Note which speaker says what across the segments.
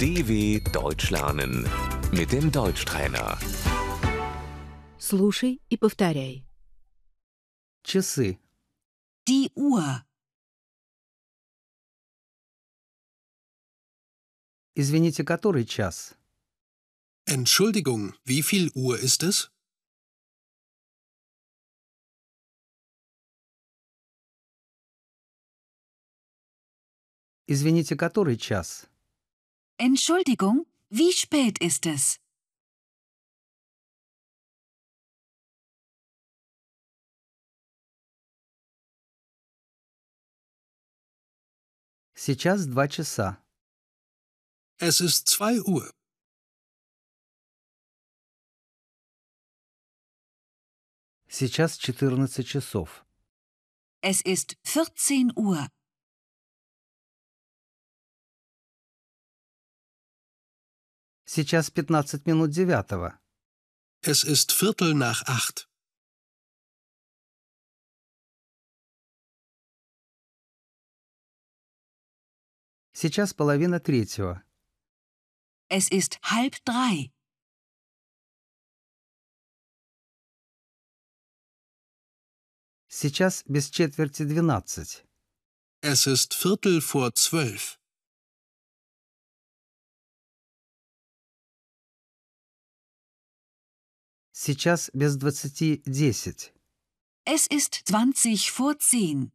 Speaker 1: DW Deutsch lernen mit dem Deutschtrainer.
Speaker 2: Слушай и повторяй.
Speaker 3: Часы.
Speaker 4: Die Uhr.
Speaker 3: Извините, который час?
Speaker 5: Entschuldigung, wie viel Uhr ist es?
Speaker 3: Извините, который час?
Speaker 4: Entschuldigung, wie spät ist es?
Speaker 3: Сейчас два часа.
Speaker 5: Es ist zwei Uhr.
Speaker 3: Сейчас 14 часов.
Speaker 4: Es ist 14 Uhr.
Speaker 3: Сейчас 15 минут девятого.
Speaker 5: Es ist Viertel nach acht.
Speaker 3: Сейчас половина третьего.
Speaker 4: Es ist halb drei.
Speaker 3: Сейчас без четверти 12.
Speaker 5: Es ist Viertel vor zwölf.
Speaker 3: Сейчас без двадцати 10.
Speaker 4: Es ist 20 vor 10.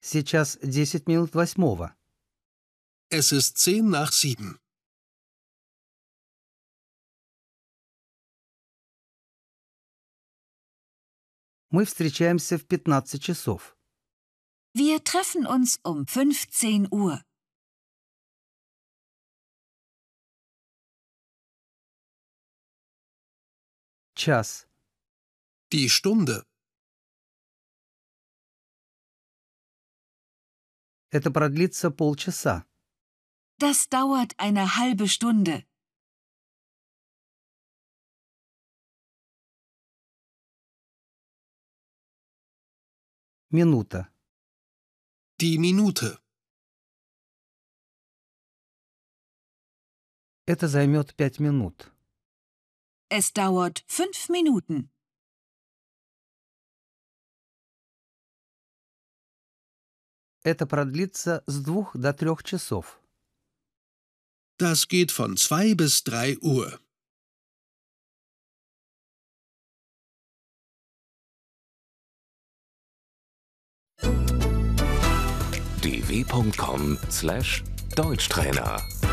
Speaker 3: Сейчас 10 минут восьмого.
Speaker 5: Es ist zehn nach sieben.
Speaker 3: Мы встречаемся в 15 часов.
Speaker 4: Wir treffen uns um 15 Uhr.
Speaker 3: Час.
Speaker 5: Die Stunde.
Speaker 3: Это продлится полчаса.
Speaker 4: Das dauert eine halbe Stunde.
Speaker 3: Минута.
Speaker 5: Die Minute.
Speaker 3: Это займет 5 минут.
Speaker 4: Es dauert fünf Minuten.
Speaker 3: Это продлится с двух до трех часов.
Speaker 5: Das geht von zwei bis drei Uhr.
Speaker 1: dw.com/deutschtrainer